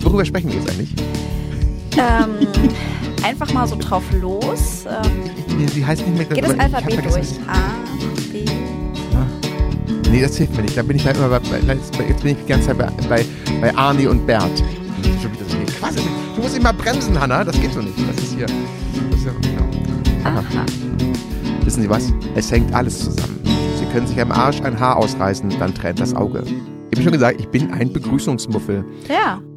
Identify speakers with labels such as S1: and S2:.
S1: worüber sprechen wir jetzt eigentlich?
S2: Ähm, einfach mal so drauf los. Ähm,
S1: Nee, sie heißt nicht mehr.
S2: geht das
S1: aber ich hab
S2: Alphabet
S1: vergessen,
S2: durch? A, B.
S1: wie sie- Nee, das hilft mir nicht. Da bin ich halt immer bei, bei, jetzt jetzt bin ich die ganze Zeit bei, bei, bei Arni und Bert. Schon wieder so viel Quatsch. Du musst immer bremsen, Hanna. Das geht so nicht. Das ist hier. Das ist ja, genau. Aha.
S2: Aha.
S1: Wissen Sie was? Es hängt alles zusammen. Sie können sich am Arsch ein Haar ausreißen, dann trennt das Auge. Ich habe schon gesagt, ich bin ein Begrüßungsmuffel.
S2: Ja,